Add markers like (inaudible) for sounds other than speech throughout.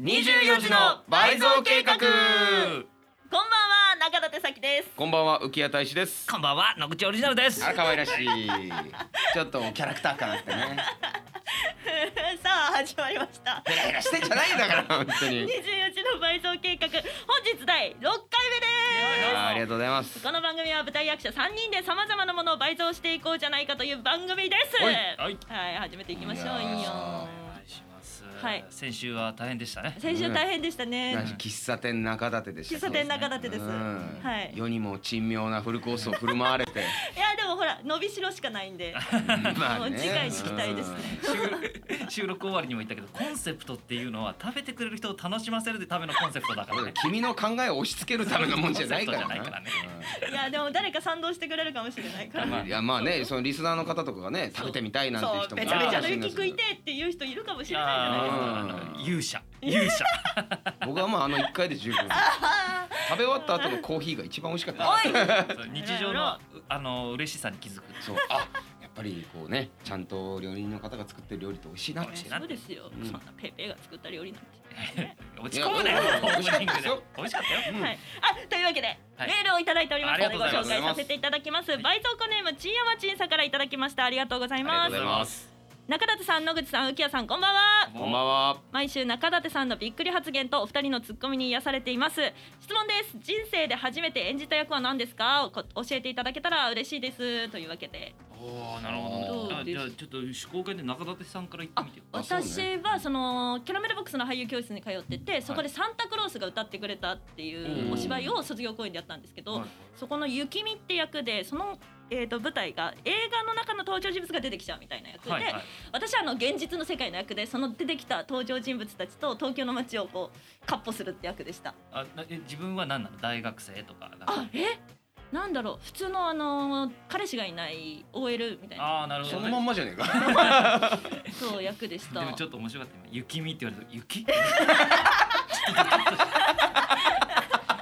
24時の倍増計画こんばんは中田手咲ですこんばんは浮谷大使ですこんばんは野口オリジナルですあら可愛らしいちょっとキャラクター感あってね (laughs) さあ始まりましたヘラヘラしてんじゃないんだから本当に24時の倍増計画本日第6回目ですあーありがとうございますこの番組は舞台役者3人でさまざまなものを倍増していこうじゃないかという番組ですははいい、はい始めていきましょうよいやおー願いしますはい先週は大変で (laughs) したね先週大変でしたなんねか喫茶店中立でした喫茶店中立です、うんはいい世にも珍妙なフルコースを振る舞われてやでもほら伸びしろしかないんでまもう次回に期待ですね収収録 (laughs) 終わりにも言ったけどコンセプトっていうのは食べてくれる人を楽しませるためのコンセプトだかうんそうら (laughs) だね君の考えを押し付けるためのもんじゃないからそうじゃないかならねいやでも誰か賛同してくれるかもしれない (laughs) からまあいやまあねそのリスナーの方とかがね食べてみたいなんていう人そうもめちゃめちゃあーのい雪る食いてえっていう人いるかもしれないじゃないですかあー勇者勇者僕はまああの一回で十分食べ終わった後のコーヒーが一番美味しかったおい (laughs) そう日常 (laughs) のあの嬉しさに気づくそうあやっぱりこうねちゃんと料理人の方が作ってる料理って美味しいなって美味しいなそうですよ、うんそんなペーペーが作った料理なんて、落ち込むねいやオープニングで美味しかったようんはい。あというわけで、はいメールをいただいておりますのでごありがと紹うござい介ますさせていただきます倍増コネームちんやまちんさんからいただきましたありがとうございまあすりがとうございます中舘さん野口さん浮谷さんこんばんはこんばんは毎週中舘さんのびっくり発言とお二人のツッコミに癒されています質問です人生で初めて演じた役は何ですかこ教えていただけたら嬉しいですというわけでおーなるほどどうねでじゃすあちょっと趣向会で中立さんから言ってみてよあそうね私はそのキャラメルボックスの俳優教室に通っててそこでサンタクロースが歌ってくれたっていうお芝居を卒業公演でやったんですけどはいそこの雪見って役でその、えー、と舞台が映画の中の登場人物が出てきちゃうみたいな役で、はいはい私はあの現実の世界の役でその出てきた登場人物たちと東京の街をこうかっ歩するって役でした。あなえ自分は何なの大学生とかなんかあえなんだろう普通のあの彼氏がいない OL みたいなあーなるほそどのねまんまじゃねえ (laughs) かそう役でしでた。もちょっと面白かった今雪見って言われた雪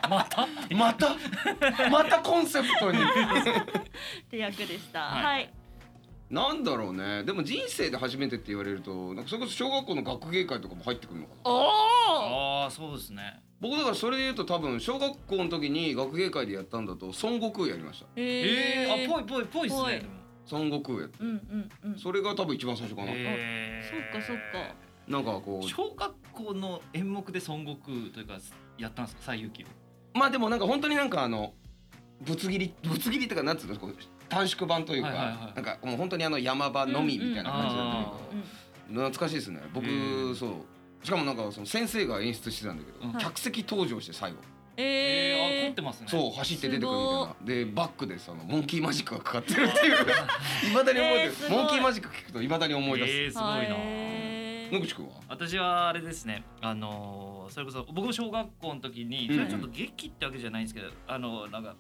またまた (laughs) またコンセプトにって役でした。はいはい。なんだろうねでも人生で初めてって言われるとなんかそれこそ小学校の学芸会とかも入ってくるのかなおお。ああそうですね僕だからそれで言うと多分小学校の時に学芸会でやったんだと孫悟空やりましたええー、あぽいぽいぽいっすぽいねでも孫悟空やうんうんうん。それが多分一番最初かな、えそっかそっかなんかこう小学校の演目で孫悟空というかやったんですか西遊記をまあでもなんか本当になんかあのぶつ切りぶつ切りとかなんつうのこう短縮版というか、はいはいはいなんかもう本当にあの山場のみみたいな感じだったんだうんうんあけど、懐かしいですね僕へーそうしかもなんかその先生が演出してたんだけど、うん客席登場して最後、えー、あ凝えってますねそう走って出てくるみすたいなでバックでそのモンキーマジックがかかってる (laughs) っていういまだに覚ええてーする、ごいモンキーマジック聞くといまだに思い出す、えー、ー。すごいな、へー野口くんは私はあれですねあのーそれこそ僕も小学校の時にうんそれちょっと劇ってわけじゃないんですけど、あのーなんか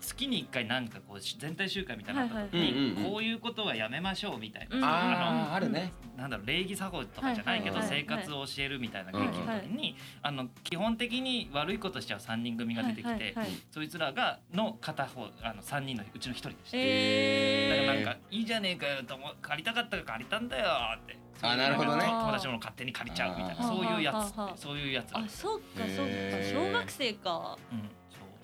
月に1回なんかこうし全体集会みたいなのあった時はいはいうんうんにうんこういうことはやめましょうみたいな、うんあーのなんだろう礼儀作法とかじゃないけどはいはいは生いはい活を教えるみたいな劇の時に、はいはいあの基本的に悪いことしちゃう3人組が出てきて、はいはいはいそいつらがの片方あの3人のうちの1人でした。だからなんえかいいじゃねえかよと思う借りたかったから借りたんだよってあなるほどね友達のもの勝手に借りちゃうみたいなあーそういうやはつあはあはあそういうやつー。あ、そっかそっか。へー小学生か。うん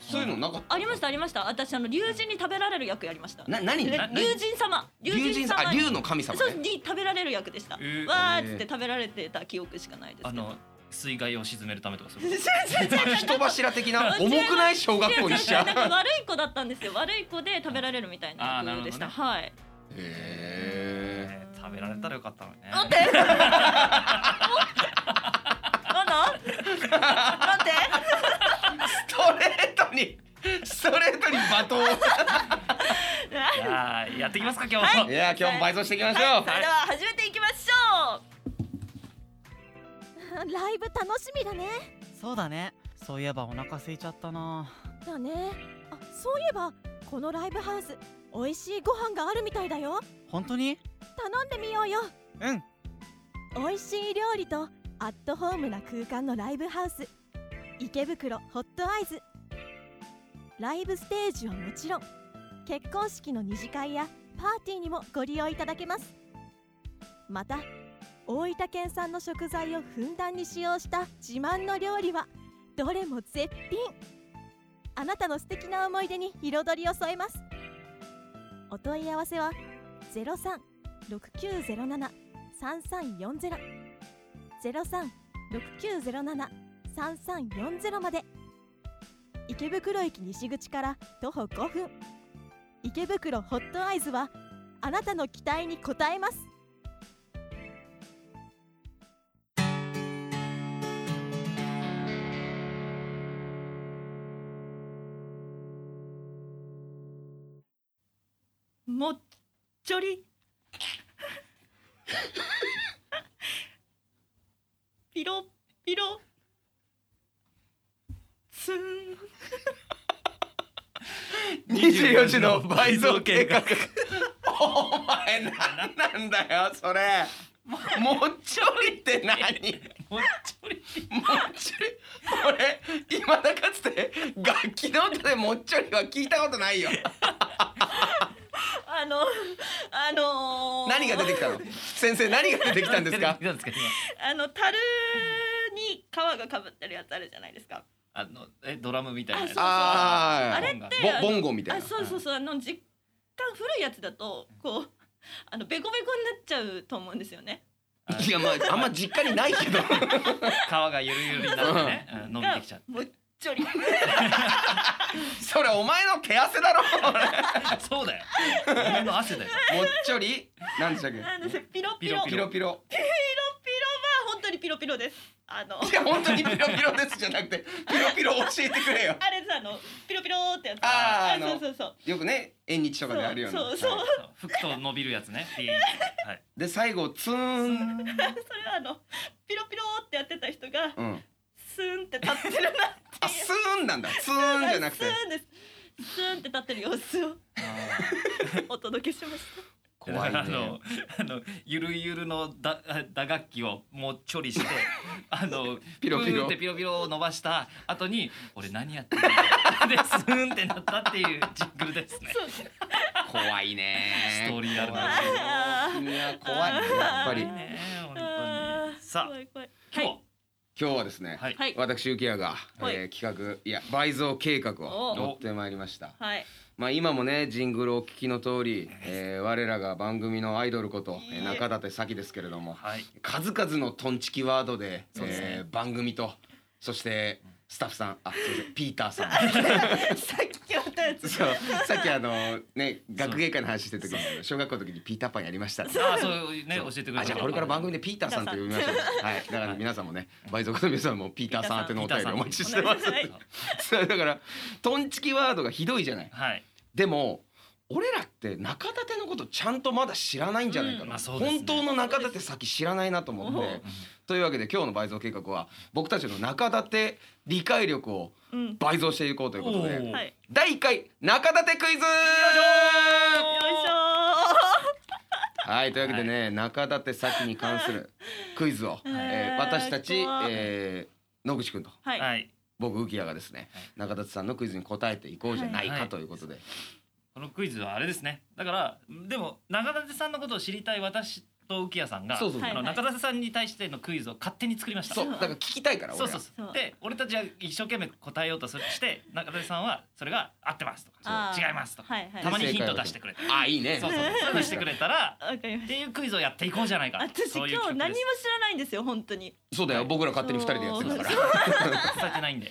そういうのなかったありましたありました。私あの竜神に食べられる役やりました。な何竜な神様。竜神さんあに竜の神様そうねに食べられる役でした。えーわーっつって食べられてた記憶しかないですあけどの。水害を沈めるためとかそう違ういう違こう人柱的な違う重くない小学校違う違うにしちゃう (laughs) なんか悪い子だったんですよ。悪い子で食べられるみたいなあーなる役でほどねした。はい。へとえね食べられたらよかったのにね待って。待って。 (laughs) 待って。 (laughs) ストレートにストレートに罵倒いやーやっていきますか今は日もいやー今日も倍増していきましょう、はい、それでは始めていきましょうライブ楽しみだねそうだねそういえばお腹空いちゃったなだねあそういえばこのライブハウス美味しいご飯があるみたいだよ本当に頼んでみようようん美味しい料理とアットホームな空間のライブハウス池袋ホットアイズライブステージはもちろん結婚式の二次会やパーティーにもご利用いただけますまた大分県産の食材をふんだんに使用した自慢の料理はどれも絶品あなたの素敵な思い出に彩りを添えますお問い合わせは0369073340 0369073340まで池袋駅西口から徒歩5分池袋ホットアイズはあなたの期待に応えますもっちょりピロピロツン24時の倍増計画お前何なんだよそれもっちょりって何もっちょりもっちょり俺今だかつて楽器の音でもっちょりは聞いたことないよあのあのー、何が出てきたの先生何が出てきたんですか出てきたんですかあの樽に皮がかぶってるやつあるじゃないですかあのえドラムみたいなやつあーあれっボンてがボボンゴみたいあなそうそうそうあの実感古いやつだとこうあのベコベコになっちゃうと思うんですよねあいやまああんま実家にない (laughs) けど皮がゆるゆるになってね、うん、伸びてきちゃ (laughs) ってもっちょりそれお前の毛汗だろそうだよ俺の汗だよもっちょりなんでしたっなんけですよピロピロピロピロピロは本当にピロピロです。あの、あいや本当にピロピロですじゃなくてピロピロ教えてくれよれですあのピロピロってやつ。あーあのそうそうそう。よくね縁日とかであるようなそうそう。はいそう服と伸びるやつねピーはいで最後ツーンそれはあのピロピロってやってた人がうんスーンって立ってるあスーンなんだツーンな。じゃなくてスーンです。スーンって立ってる様子をあお届けしましー怖いあのねあのゆるゆるのだ打楽器をもうちょ (laughs) りしてあのピロピロプーってピロピロを伸ばした後に俺何やって (laughs) んだでスーンってなったっていうジングルですねた。そう。怖いねストーリーあるな怖いいや怖いねやっぱりあーね本当あにーさ怖い怖い。あ今今日はですね日ははい、い。はい。私幸也が、はいえー企画いや倍増計画をお持ってまいりましたはい。まあ今もねジングルをお聞きの通り、えー我らが番組のアイドルことえー中立咲ですけれどもはい数々のトンチキワードで、そうですねえー番組とそしてスタッフさんあすいませんピーターさんさっきやったやつ。そうさっきあのね学芸会の話してた時に小学校の時にピーターパンやりましたあーそういうねそ教うえてくれたあじゃあこれから番組でピーターさんと呼びましょうピーはいだから皆さんもね倍族の皆さんもピーターさん宛てのお便りお待ちしてまピーターさんお願いしますそう (laughs) だからトンチキワードがひどいじゃないはいでも俺らって中立のことちゃんとまだ知らないんじゃないかうんな、まあそうですね本当の中立先知らないなと思っおてうというわけで今日の倍増計画は僕たちの中立理解力をうん。倍増していこうということおでうはい。よいし第1回中立クイズはいというわけでね、中立先に関す (laughs) るクイズを、えー私たち、怖いえー野口くんとょー。はい。はい僕浮谷がですね中立さんのクイズに答えていこうじゃないはかいということで、このクイズはあれですねだからでも中立さんのことを知りたい私と浮谷さんがそうそうそうあのはいはい中立さんに対してのクイズを勝手に作りましたそうだから聞きたいから俺そうはそうそうそうで俺たちは一生懸命答えようとするして中立さんはそれが合ってますとかあー違いますとかはいはい。たまにヒント出してくれた (laughs) あいいねそうそうそう出してくれたらわかりまし。ったていうクイズをやっていこうじゃないか私今そう日いう企画何でもす知らないんですよ本当に。そうだよ僕ら勝手に2人でやってるから伝えてないんで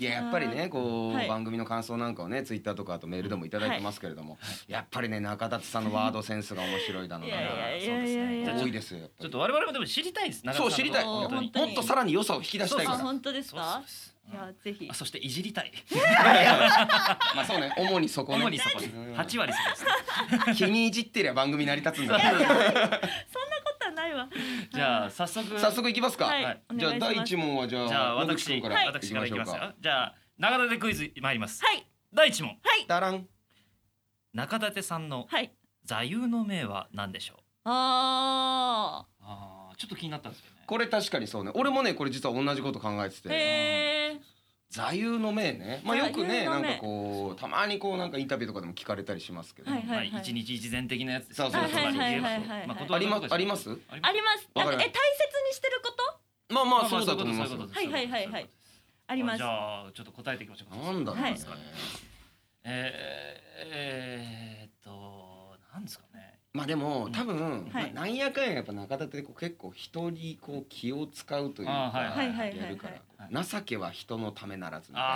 いややっぱりねこう、はい番組の感想なんかをねツイッターとかあとメールでもいただいてますけれども、やっぱりね中立さんのワードセンスが面白いだのいだやのいやいやいやいや多いですよやっぱちょっりと我々もでも知りたいです中そう立さ知りんのたいこおもーと本本当当ににっとさらに良さを引き出したいあから本当ですそうそかう。ですいやぜひあ。そしていじりたい (laughs) まあそうね主にそこね主にそこですうん8割そこです君いじってりゃ番組成り立つんだことはないわ。じゃあ早速早速いきますか、はいはい。おじゃ願あい第一します問はじゃあじゃあ野口君私かからら、いき私からまいしきょうますよか。じゃあ中立クイズ参ります。はい第一問だらん中立さんのはい。座右の銘は何でしょう。あああちょっと気になったんですよね。これ確かにそうね俺もねこれ実は同じこと考えててあ。へえ。座右の銘ね、まあ、よくね座右なの銘んかこうたまにこうなんかインタビューとかでも聞かれたりしますけど、はいまあ一日一善的なやつですねそうそうそうつまり言えばはいはいはいはいまあありますありますすありありますわなんかかるえ大切にしてることまあまあそうだと思いますそよううことそううことですはいはいはいはいあありますじゃあちょっと答えていきましょうかなんだろうはねい、えーえーっとなんですかねまあでも多分、はいまあなんやかんややっぱ中田ってこう結構人にこう気を使うというか、あーはいはいはいはいはいやるから、は情けは人のためならずみたいな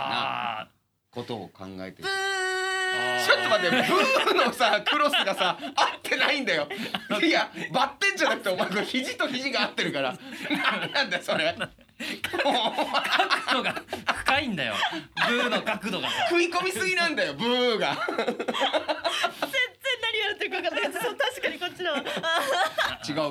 あことを考えてるーちょっと待ってブーのさクロスがさ合ってないんだよいやバッテンじゃなくてお前これ肘と肘が合ってるからなんなんだよそ (laughs) れもうー角度が深いんだよブーの角度がさ食い込みすぎなんだよブーが全然何やってるか分かんないそう確かにこっち (laughs) のあ違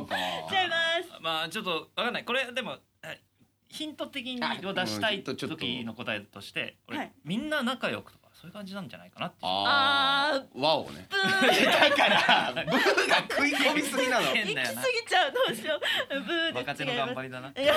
うかー違いますまあちょっとわかんないこれでもえヒント的にあを出したうんヒいントちょっと時の答えとして俺、はいみんな仲良くとかそういう感じなんじゃないかなってあー和をねだからブーが食い込みすぎ (laughs) なの変だ行きよな過ぎちゃうどうしようブーで若手の違いま頑す張りだないや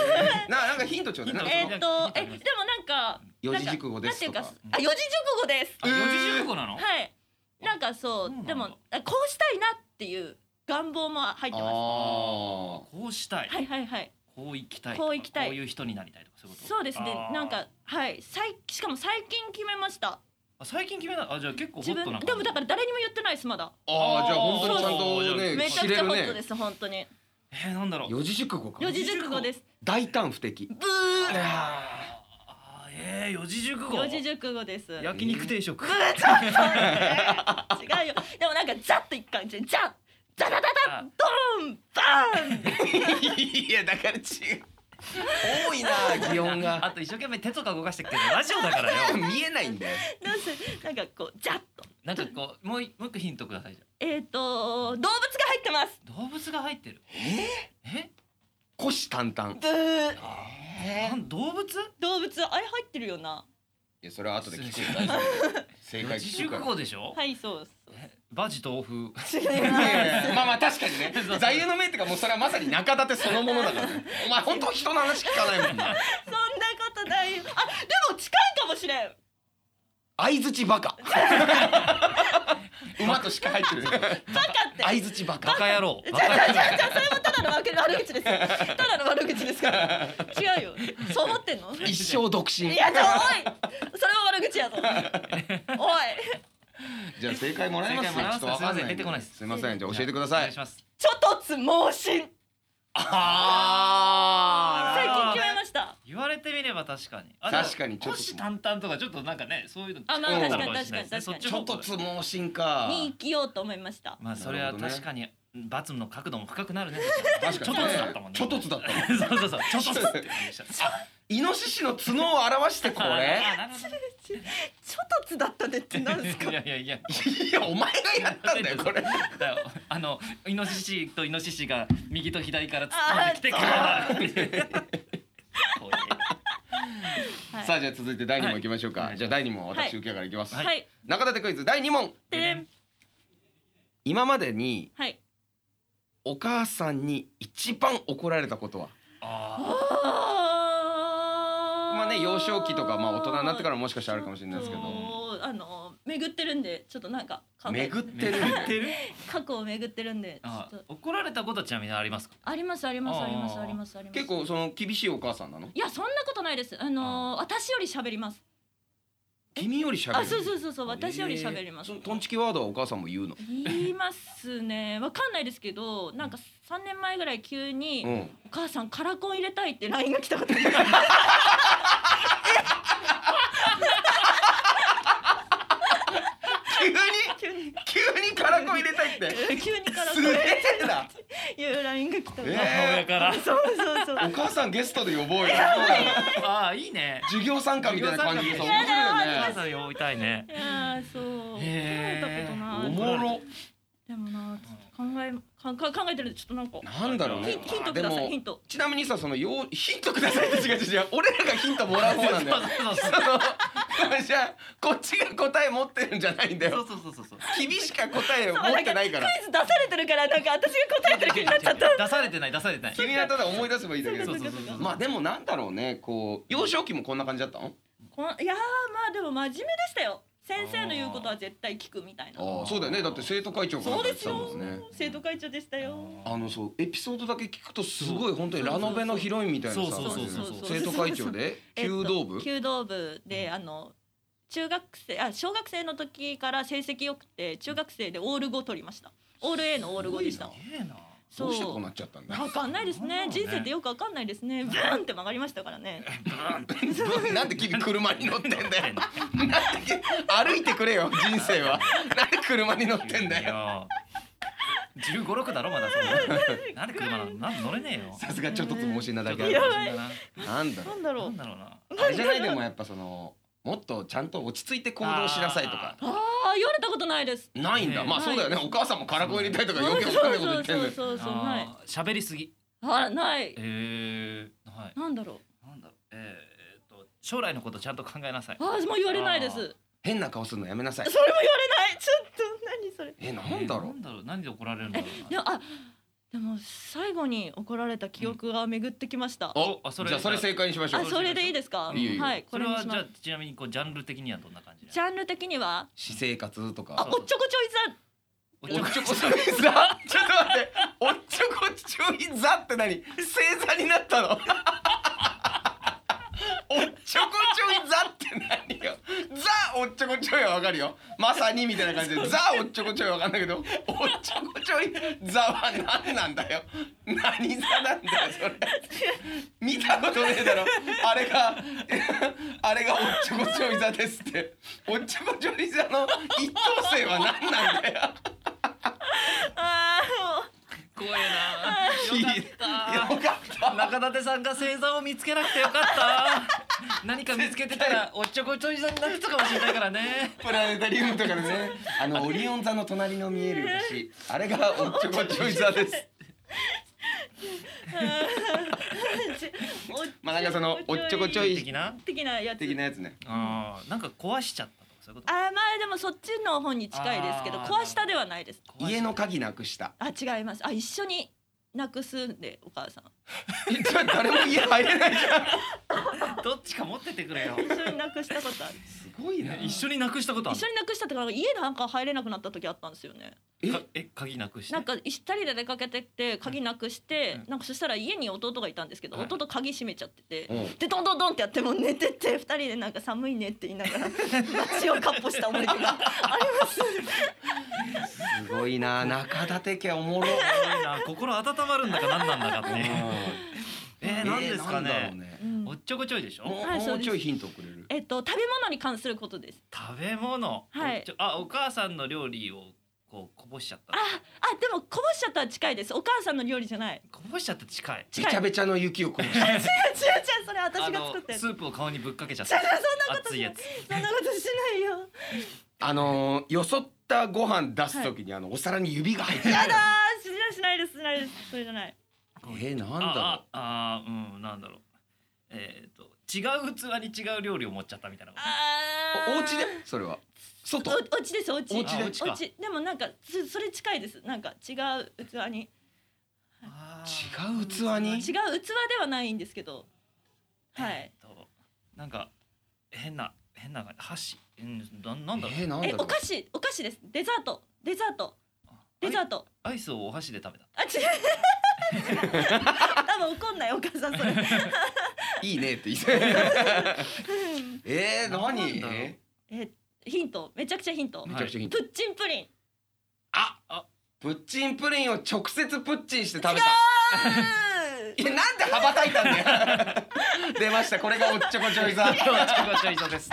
ななんかヒントちょうだいなんかそ (laughs) えのーっとえでもなんか四字熟語ですとかなんていうかあ四字熟語ですあえー四字熟語なの、はいなんかそうそうなんだでもあこうしたいなっていう願望も入ってまあこうしたい、すはいはいはいこう行きたいこう行きたいこういう人になりたいとかそういうことそうですねあーなんかはいさいしかも最近決めましたあ最近決めたあじゃあ結構ホ自ット分な感じでもだから誰にも言ってないですまだあああじゃあ本当にちゃんとそうねめち知ゃくちれゃるホットでねす本当にえー、なんだろう四字熟語か四字熟語です大胆不 (laughs) 敵ブーああーえー、四字熟語四字熟語です違うよ焼肉定食、でもなんかザッといく感じザッザダダダあドーンバーンーいやだから違う多い (laughs) な擬音 (laughs) あがと一生懸命手とか動かしてっけどラジオだからよ見えないんだよなんせなんかこうザッとなんかこうもういもう一個ヒントくださいじゃえっ、ー、と動物が入ってますあ動物が入ってるえ虎視眈々ブーえなん動物動物あれ入ってるよないやそれは後で聞くよそうそう正四解字聞くか熟ら語でしょ、はいそうですえバジ豆腐いやいやまあまあ確かに (laughs) ねそう座右の銘ってかもうそれはまさに中立てそのものだからね (laughs) お前本当人の話聞かないもんなそんなことないよあでも近いかもしれん相槌バカ (laughs) 馬としか入ってるバカって相槌ババカカ野郎バじゃカあじゃあじゃあそれもただの悪悪口ですよ (laughs) ただの悪口ですから違うよそう思ってんのい一生独身やちょおいそれは悪口やぞおいじゃあ正解もらいます正解もらいますちょっとわかんないんすいません出てこないですすみませんじゃあ教えてくだおさ願いいしますちょっとつ盲信あ最ー近決めました言われてみれば確かにあ確かにちちょょっとっと虎視眈々とかちょっとなんかねそういうのあまあうん確かに確かに確かにそっちちょっの方と向つ盲信かに生きようと思いましたまあそれは確かに罰の角度も深くなるね。確ちょかっにねとずつだったもんね。ちょっとずつだったた。 (laughs) そうそうそう。ちょっとずつって感じでした。イノシシの角を表して (laughs) (laughs) これあ。なるほどねちょっとつだった (laughs) ねってなんですかいやいやいや。いやお前がやったんだよこれだよあのイノシシとイノシシが右と左から突っ込んできてこう (laughs) だ。こうはいさあじゃあ続いて第二問いきましょうか、はいじゃあ第二問は私い受けからいきます、はい中立てクイズ第二問てれん今までにはいお母さんに一番怒られたことはあままあね幼少期とかまあ大人になってからもしかしたらあるかもしれないですけちどょっとあの巡ってるんでちょっとなんか過去巡っーてる巡ってる。過去を巡ってるんでちょあっと怒られたことはちなみにありますか。ありますありますあーありますありますあります結構その厳しいお母さんなのいやそんなことないですあのー私より喋ります君より喋るあそうそうそうそう私より喋りますえーそのトンチキワードはお母さんも言うの言いますねわかんないですけどなんか3年前ぐらい急にうんお母さんカラコン入れたいって LINE が来たこと急に急 (laughs) に急にカラコン入れたいって急にカラコすンげ入れえなたいう LINE が来たえー母親 (laughs) から。そうそ (laughs) うそうお母さんゲストで呼ぼうよああいいね。授業参加みたいな感じでさ面授業参白いおよね母さん呼びたいねい。やーそうへー考えたことおないもろでもなちょっと考えか考えてるんでちょっとなんかなんだろうねヒンヒントくだまあさでいもヒントちなみにさそのようヒントくださいって違う違う違う俺らがヒントもらう方なんだよそうそうそのじゃあこっちが答え持ってるんじゃないんだよそうそうそうそうそう。君しか答えを持ってないからクイズ出されてるからなんか私が答えてる気 (laughs) になっちゃった出されてない出されてない。君はただ思い出せばいいだけそでうそうそうそう。まあでもなんだろうねこう幼少期もこんな感じだったのこんいやーまあでも真面目でしたよ先生の言うことは絶対聞くみたいなああそうだよねだって生徒会長からそうやってですたよもんね生徒会長でしたよあのそうエピソードだけ聞くとすごい本当にラノベのヒロインみたいなさそうそうそうそう生徒会長でえっと弓道部弓道部であの中学生あ小学生の時から成績良くて中学生でオール5取りましたオール A のオール5でしたすげえなどそううしてこうなっちゃったんだわかんないですねそうね人生ってよくわかんないですねブーンって曲がりましたか (laughs) らねなんで君車に乗ってんだよなんで歩いてくれよ人生はなんで車に乗ってんだよよ十五六だろまだそんななんで車なのなんで乗れね (laughs) えよさすがちょっとつもしなだけあやるばいなんだろなうんだなろうんだろうなあれじゃないでもやっぱそのもっとちゃんと落ち着いて行動しなさいとかああ言われたことないですないんだねまあそうだよねお母さんもカラコン入れたいとかそう余計わかんないこと言ってんだそようそうそうないあー喋りすぎあらないえー、はいなんだろうなんだろうえー、っと将来のことちゃんと考えなさいああもう言われないですあそれーも変な顔するのやめなさい言われないちょっと何それえなんだえーなろんだろう何で怒られるんだろうでなもあでも最後に怒られた記憶が巡ってきました、うおああそそれじれゃあそれ正解にしましょうあそれでいいですかいいよいいよはいそこれれにはしじまゃあすちなみにこうジャンル的にはどんな感じジャンル的には私生活とあかおっちょこちょいさおおっちょこちょい座ちょっと待っておっちょこちょい座って何正座になったのおっちょこちょい座って何よザおっちょこちょいはわかるよまさにみたいな感じでザおっちょこちょいはわかんないけどおっちょこちょいザは何なんだよ何座なんだよそれ見たことねえだろあれがあれがおっちょこちょい座ですっておっちょこちょい座の一等星は何なんだよあーもう怖えなよかよかったった (laughs) 中立さんが星座を見つけなくてよかっ (laughs) た何か見つけてたらおっちょこちょいさんになってたかもしれないからねプラネタリウムとかでねあのオリオン座の隣の見える星あれがおっちょこちょい座ですまあなんかそのおっちょこちょい的な的なやつ的なやつねあーなんか壊しちゃったとかそういうこあーまあでもそっちの方に近いですけどあー壊したではないですと家の鍵なくしたあ違いますあ一緒になくすんでお母さんえちょ誰も家入れないじゃんどっちか持ってってくれよ一緒になくしたことあるすごいな一緒になくしたことある一緒になくしたってか家なんか入れなくなった時あったんですよねえかえ鍵なくしてなん (laughs) か一人で出かけてって鍵なくして、うんなんかそしたら家に弟がいたんですけど、はい弟鍵閉めちゃってて、うんでどんどんどんってやってもう寝てて二人でなんか寒いねって言いな (laughs) がら街をかっ歩した思い出 (laughs) があります。すごいな中立家おもろすごいな心温まるんだか何なんだかってうんねえー、何ですかえーなんだろうねうんおっちょこちょいでしょもうはいもそううですちょいヒントくれるえっと食べ物に関することです。食べ物、はいおっちょあお母さんの料理をこうこぼしちゃったあでもこぼしちゃったら近いです。お母さんの料理じゃない。こぼしちゃった近いべ近いちゃべちゃの雪をこぼした (laughs) 違う違うそれ私が作ったあやのつ。(laughs) スそんープを顔にぶっかけち (laughs) ゃった違う熱いやつなことしないよ。あのーよそったご飯出すときにあのお皿に指が入ってるやだーしないしないですしないですそれじゃない。えーなんだろうあああーうんなんだろうえっ、と違う器に違う料理を持っちゃったみたいなことあーおお家でそれは外おお家ですお家お家であお家でもなんかそそれ近いですなんか違う器にあー違う器に違う器ではないんですけどはいえーとなんか変な変な感じ箸うんななんだろう、えーなんだえろうお菓子お菓子ですデザートデザートデザートアイスをお箸で食べた (laughs) あ違う多分怒んないお母さんそれいいねって言って。 (laughs) えー、何なんだろうえヒントめちゃくちゃヒントめちゃくちゃヒンプト。ッチンプリンあ、あプッチンプリンを直接プッチンして食べた。 (laughs) あーいや、なんで羽ばたいたんだよ。 (laughs) 出ました。これがおっちょこちょいさん。おっちょこちょいさん (laughs) です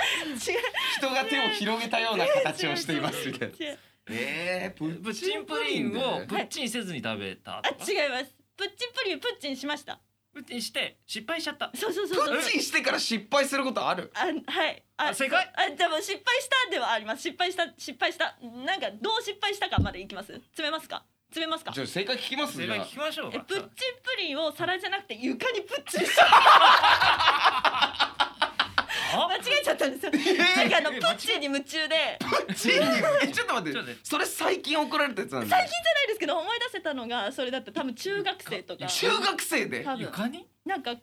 違う人が手を広げたような形をしていますみたいな。違うえー、ププッチンプリンをねプッチンせずに食べたあとか違いますプッチンプリンプッチンしましたプッチンして失敗しちゃったそうそうプそうそうッチンしてから失敗することある。あはいあ正解あでも失敗したではあります失敗した失敗したなんかどう失敗したかまでいきます詰めますか詰めますかじゃあ正解聞きます。正じ解ゃ聞きましょうえかプッチンプリンを皿じゃなくて床にプッチンしたあ間違えちゃったんですよなんかあのプッチンに夢中であプッチンに。(laughs) え、ちょっと待っちょってと待。ってそれ最近怒られたやつなんだ最よ近。じゃないですけど思い出せたのがそれだって多分中学生とか中学生で。多分床になんか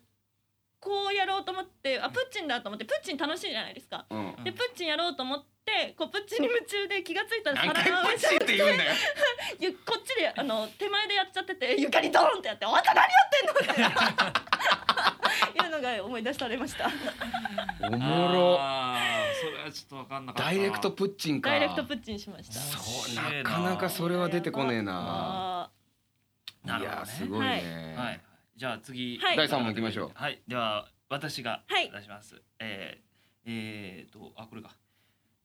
こうやろうと思ってあプッチンだと思ってプッチン楽しいじゃないですか。うんでプッチンやろうと思ってこうプッチンに夢中で気がついたら何回皿のパ上チって言うんだよゆこっちであの手前でやっちゃってて (laughs) 床にドーンってやって「あんた何や (laughs) ってんの?」っていうのが思い出されました。おおもろそれはちょっとわかんなかったダイレクトプッチンかダイレクトプッチンしました。そうなかなかそれは出てこねえなあなるいほどやねすごいね、はいじゃあ次はい第三問行きましょうはいでは私がはい出します、えー、えー、とあこれか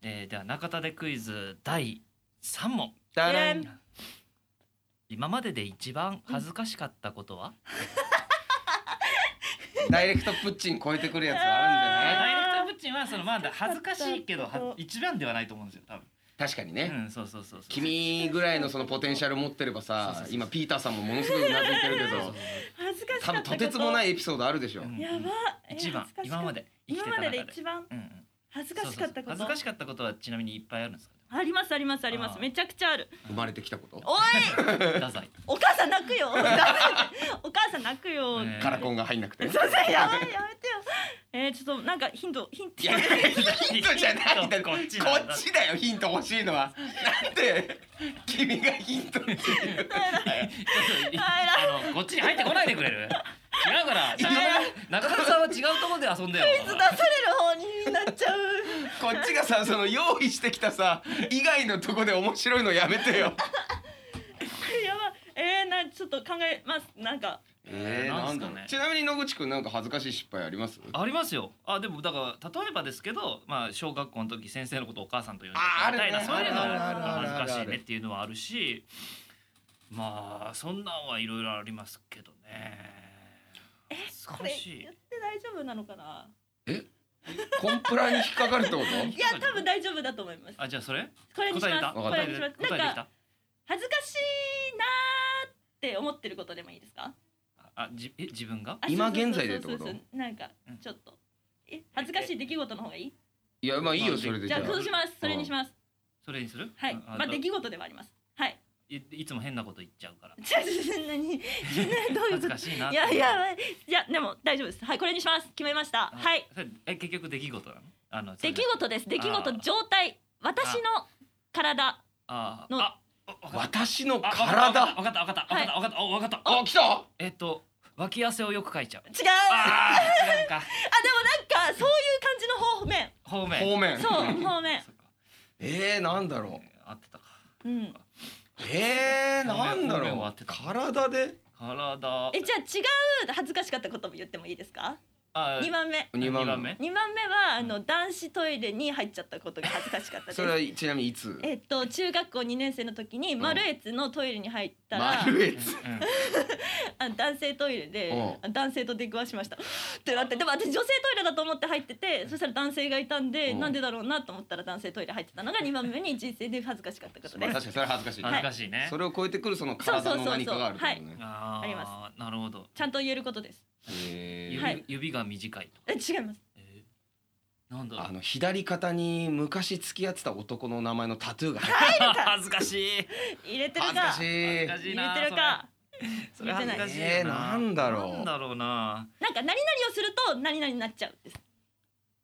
えー、では中田でクイズ第三問ダランえ今までで一番恥ずかしかったことは、ダイレクトプッチン超えてくるやつあるんじゃダないイレクトプッチンはそのまだ恥ずかしいけど恥ずかしかはった一番ではないと思うんですよ多分確かにね、うんそうそうそうそう君ぐらいのそのポテンシャル持ってればそうそうさそう今ピーターさんもものすごいうなずいてるけそう (laughs) そうそどう恥ずかし多かった分こととてつもないエピソードあるでしょ、うんやばえー一番恥ずかしかった今まで生きて今たま中ででで一番うんうん恥ずかしかったこそうそうそう恥ずとかしかったことはちなみにいっぱいあるんですかありますありますありますあーめちゃくちゃある生まれてきたことおい (laughs) 太宰お母さん泣く (laughs) よお母さん泣くよねカラコンが入んなくてそうそうやばいやめてよえー、ちょっとなんかヒントヒントいやヒントじゃないんだよここっっちちなんだだよヒント欲しいのはなんで君がヒントっていうあのこっちに入ってこないでくれる違う (laughs) から中田さんは違うところで遊んでよ出される方になっちゃうこっちがさその用意してきたさ以外のとこで面白いのやめてよやばいえー、なちょっと考えますなんか (laughs) えー、なんだろうなんすちかねなみに野口くんなんか恥ずかしい失敗ありますありますよあでもだから例えばですけど、まあ、小学校の時先生のことをお母さんと呼んであーあるみねたいなそういうのあるあるはあるある恥ずかしいねっていうのはあるしまあそんなんはいろいろありますけどねえこ少れしい言って大丈夫なのかなコンプラに引っかかるってこといや多分大丈夫だと思いますあじゃあそれこれにし答えまたすこれ答えにします答なえでんかきた恥ずかしいなーって思ってることでもいいですかあじえ自分があ今そうそう現在でってことそうそうそうなんかうんちょっとえ恥ずかしい出来事の方がいいいやまあいいよそれでじじゃゃああそうしますそれにしますそれにするはいあまあ出来事ではありますはい (laughs) いいつも変なこと言っちゃうからじゃあ何どうい (laughs) 恥うずこかしいなっとていやいやいやでも大丈夫ですはいこれにします決めましたあはいそれえ結局出来事なのあのそれ出来事です出来あ事ー状態私の体あーのあわかっ私のた体わかったわかったわかったわかったおわかったおあ来たえっと脇汗をよくかいちゃう違うああー違でもうかなんかそういう感じの方面方面方面 (laughs) そう方面そっかえー、なんだろうえー合ってたかうんえー、なんだ方面ろを当うてた体で体えじゃあ違う恥ずかしかったことも言ってもいいですかあ二番目二番目二番目二番目はあの男子トイレに入っちゃったことが恥ずかしかったですそれはちなみにいつえっと中学校2年生の時にんマルエツのトイレに入ったらマルエツうんあ男性トイレで男性と出くわしましたってなってでも私女性トイレだと思って入っててそしたら男性がいたんでうんなんでだろうなと思ったら男性トイレ入ってたのが2番目に人生で恥ずかしかったことまあで確かすにそれは恥ずかしい、恥ずかしいねそれを超えてくるその体の何かがあるってことね、ああーりまなるほどちゃんと言えることですえー指はい指が短いとかえ違いますえーなんだろあうの左肩に昔付き合ってた男の名前のタトゥーが入ってる恥ずかしい入れてる恥ずかかし恥いずかし入いなれてるかそれそれ恥ずかしいよえー、なんだろなんうだろうななんか何々をすると何々になっちゃうです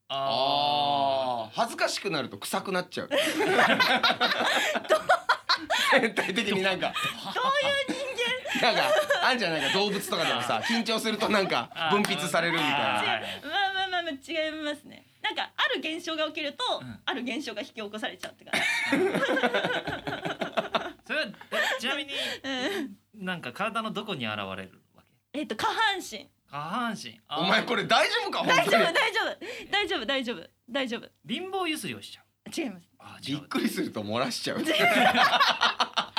ああー恥ずかしくなると臭くなっちゃう (laughs) 全体的になんかどういう人間なんかあんじゃんないか動物とかでもさ緊張するとなんかあー分泌されるみたいあーな違はいうまあまあまあまあ違いますねなんかある現象が起きると、うんある現象が引き起こされちゃうって感じそれはえちなみになんか体のどこに現れるわけえっと下半身下半身あーお前これ大丈夫か本大丈当夫に大丈夫大丈夫大丈夫大丈夫貧乏ゆすりをしちゃう違いますあーび (laughs) っくりすると漏らしちゃうでもなんか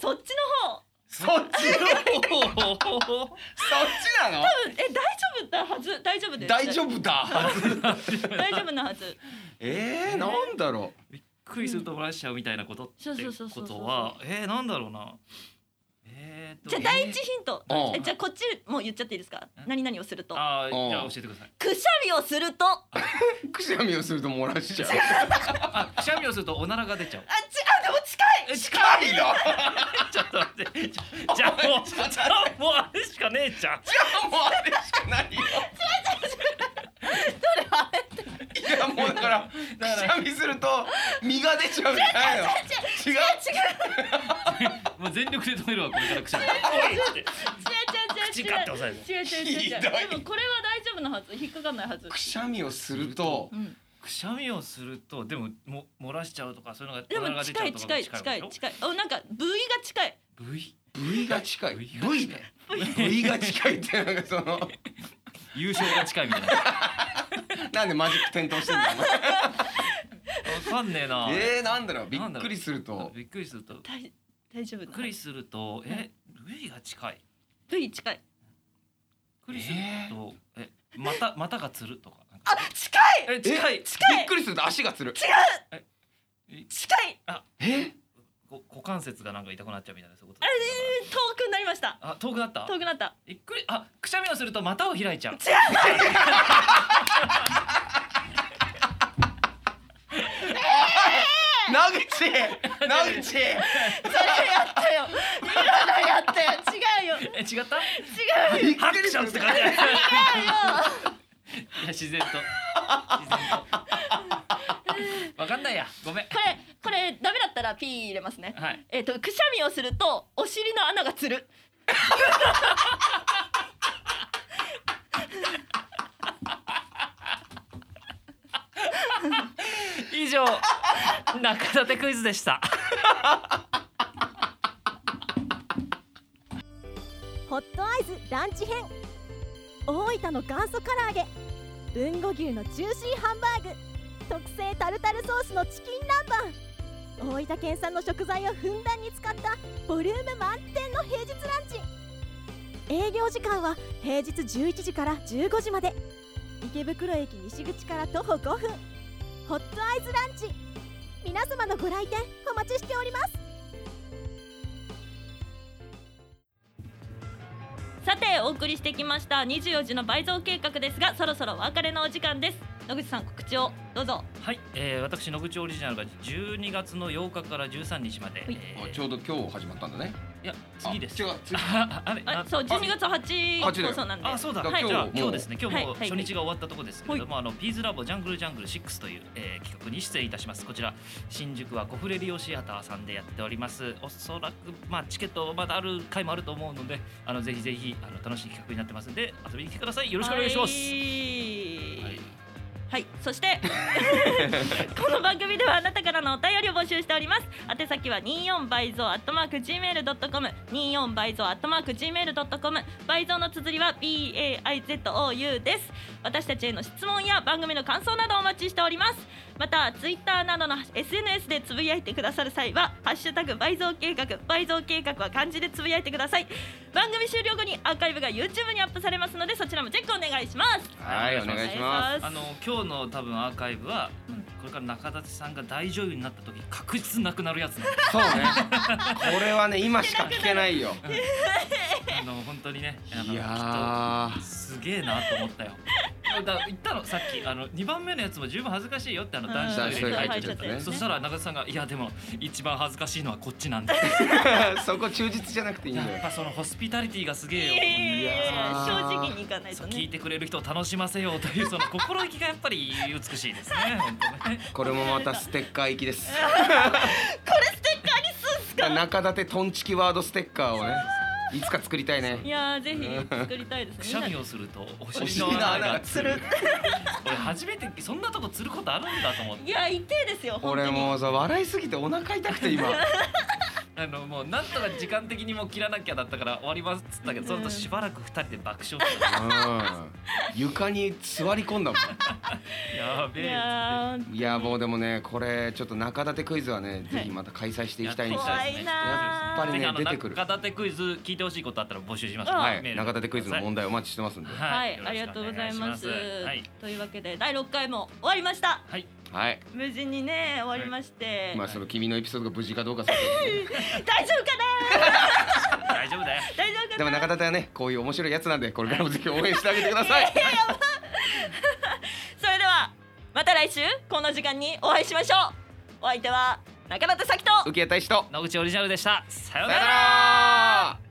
そっちの方そっちのおーそっちなのうんえ大丈夫だはず大丈夫です大丈夫だ大丈夫なはずえー、なんだろびっくりすると漏らしちゃうみたいなことってそうそうそうこそうそうとはえー、なんだろうなえー、とじゃあ第一ヒント、うんえじゃあこっちもう言っちゃっていいですかうん何々をするとあーうんじゃあ教えてくださいくしゃみをするとあうくしゃみをすると漏らしちゃうあくしゃみをするとおならが出ちゃう違うでも近い近いよちょっと待ってじゃじゃあもうじゃあもうあれしかねえじゃんじゃあもうあれしかないよ違う違う違うどれあれっていやもうだからだくかしらゃみすると身が出ちゃうんじゃないの (laughs) 違うもう全力で止めるわこれからくしゃみ口ガッて押さえる違う違う違う違うひ違う違う違う違う違うどいでもこれは大丈夫なはず引っかかんないはずくしゃみをするとうんくしゃみをするとでもも漏らしちゃうとかそういうのがでおならもが出ち近ゃういとか近い近い近いおなんか部位が近い部位部位が近い部位が部位が部位が近いってなんかその優勝が近いみたいななんでマジック点灯してんだよわかんねえおな、前えーなんだろうびっくりするとびっくりするとび大大丈夫っなくりするとえ部位が近いびっ部位近いくりするとえまたまたがつるとかなんかあ近いえ近いびっくりすると足がつる近いえこ股関節がなんか痛くなっちゃうみたいなそういうことあれ遠くなりましたあ遠くなった遠くなったびっくりあくしゃみをすると股を開いちゃう野口野口それやったよ (laughs) 今のやったよ違うよえ違った違うよびっハくクりシすョンるってと感じいや違うよ自然と自然とわかんないやごめんこれこれダメだったらピー入れますね。はいえっ、とくしゃみをするとお尻の穴がつる。以上中立クイズでしたホットアイズランチ編大分の元祖唐揚げ豊後牛のジューシーハンバーグ特製タルタルソースのチキン南蛮大分県産の食材をふんだんに使ったボリューム満点の平日ランチ営業時間は平日11時から15時まで池袋駅西口から徒歩5分ホットアイズランチ皆様のご来店お待ちしておりますさてお送りしてきました24時の倍増計画ですがそろそろお別れのお時間です。野口さん告知をどうぞ。はい、えー、私野口オリジナルが12月の8日から13日まで、はいえあーちょうど今日始まったんだねいや次ですあ違う (laughs) 次あ (laughs) あれあなそう12月8八だ日よ放送なんで。あそうだ、はいじゃあもう今日ですね今日もうはいはい初日が終わったところですけれども、あのピーズラボジャングルジャングル6という、えー企画に出演いたしますこちら新宿はコフレリオシアターさんでやっておりますおそらくまあチケットまだある回もあると思うのであのぜひぜひあの楽しい企画になってますんで遊びに来てくださいよよろしくお願いします、はいいはい、そしてこの番組ではあなたからのお便りを募集しております宛先は24倍増アットマーク gmail.com 24倍増アットマーク gmail.com 倍増の綴りは BAIZOU です私たちへの質問や番組の感想などお待ちしておりますまたツイッターなどの SNS でつぶやいてくださる際は「ハッシュタグ倍増計画」倍増計画は漢字でつぶやいてください番組終了後にアーカイブが YouTube にアップされますのでそちらもチェックお願いしますはいお願いしまあの今日の多分アーカイブは、うんこれから中立さんが大女優になった時確実なくなるやつなんですそうねこれはね今しか聞けないよ (laughs) あの本当にねあのいやきっとすげえなと思ったよだ言ったのさっきあの2番目のやつも十分恥ずかしいよってあのうん男子トイレに入っちゃ男子トイレに入ったっちゃったねねそしたら中田さんが「いやでも一番恥ずかしいのはこっちなんだ」 (laughs) そこ忠実じゃなくていいんやだっよぱそのホスピタリティがすげいやいえよやいやいやー正直にいかないそとう聞いねてくれる人を楽しませようというその心意気がやっぱり美し (laughs) いですね本当ねこれもまたステッカー行きですこれステッカーにすんすか中立トンチキワードステッカーをねいつか作りたいねいやーぜひ作りたいですねくしゃみみんなをするとおお尻尻のの穴穴ががつつるる俺初めてそんなとこつることあるんだと思っていや痛いですよ本当に俺もうさ笑いすぎてお腹痛くて今あのもうなんとか時間的にもう切らなきゃだったから終わりますっつったけど、その後しばらく二人で爆笑してたうん床に座り込んだもやいべえやんいやもうでもねこれちょっと中立クイズはねぜひまた開催していきたいんですよ怖いなーやっぱりねぜひあの出てくる中立クイズ聞いてほしいことあったら募集しますあーはい中立クイズの問題お待ちしてますんで題は、はいい、ありがとうございます。はい、というわけで第6回も終わりました。はい、はい無事にね終わりまして、まあその君のエピソードが無事かどうかさ (laughs) ておきね大丈夫かな？大丈夫だよ大丈夫かな？でも中立はねこういう面白いやつなんでこれからもぜひ応援してあげてくださいそれではまた来週この時間にお会いしましょう。お相手は中田咲希と受けたい人野口オリジナルでしたさよさようなならら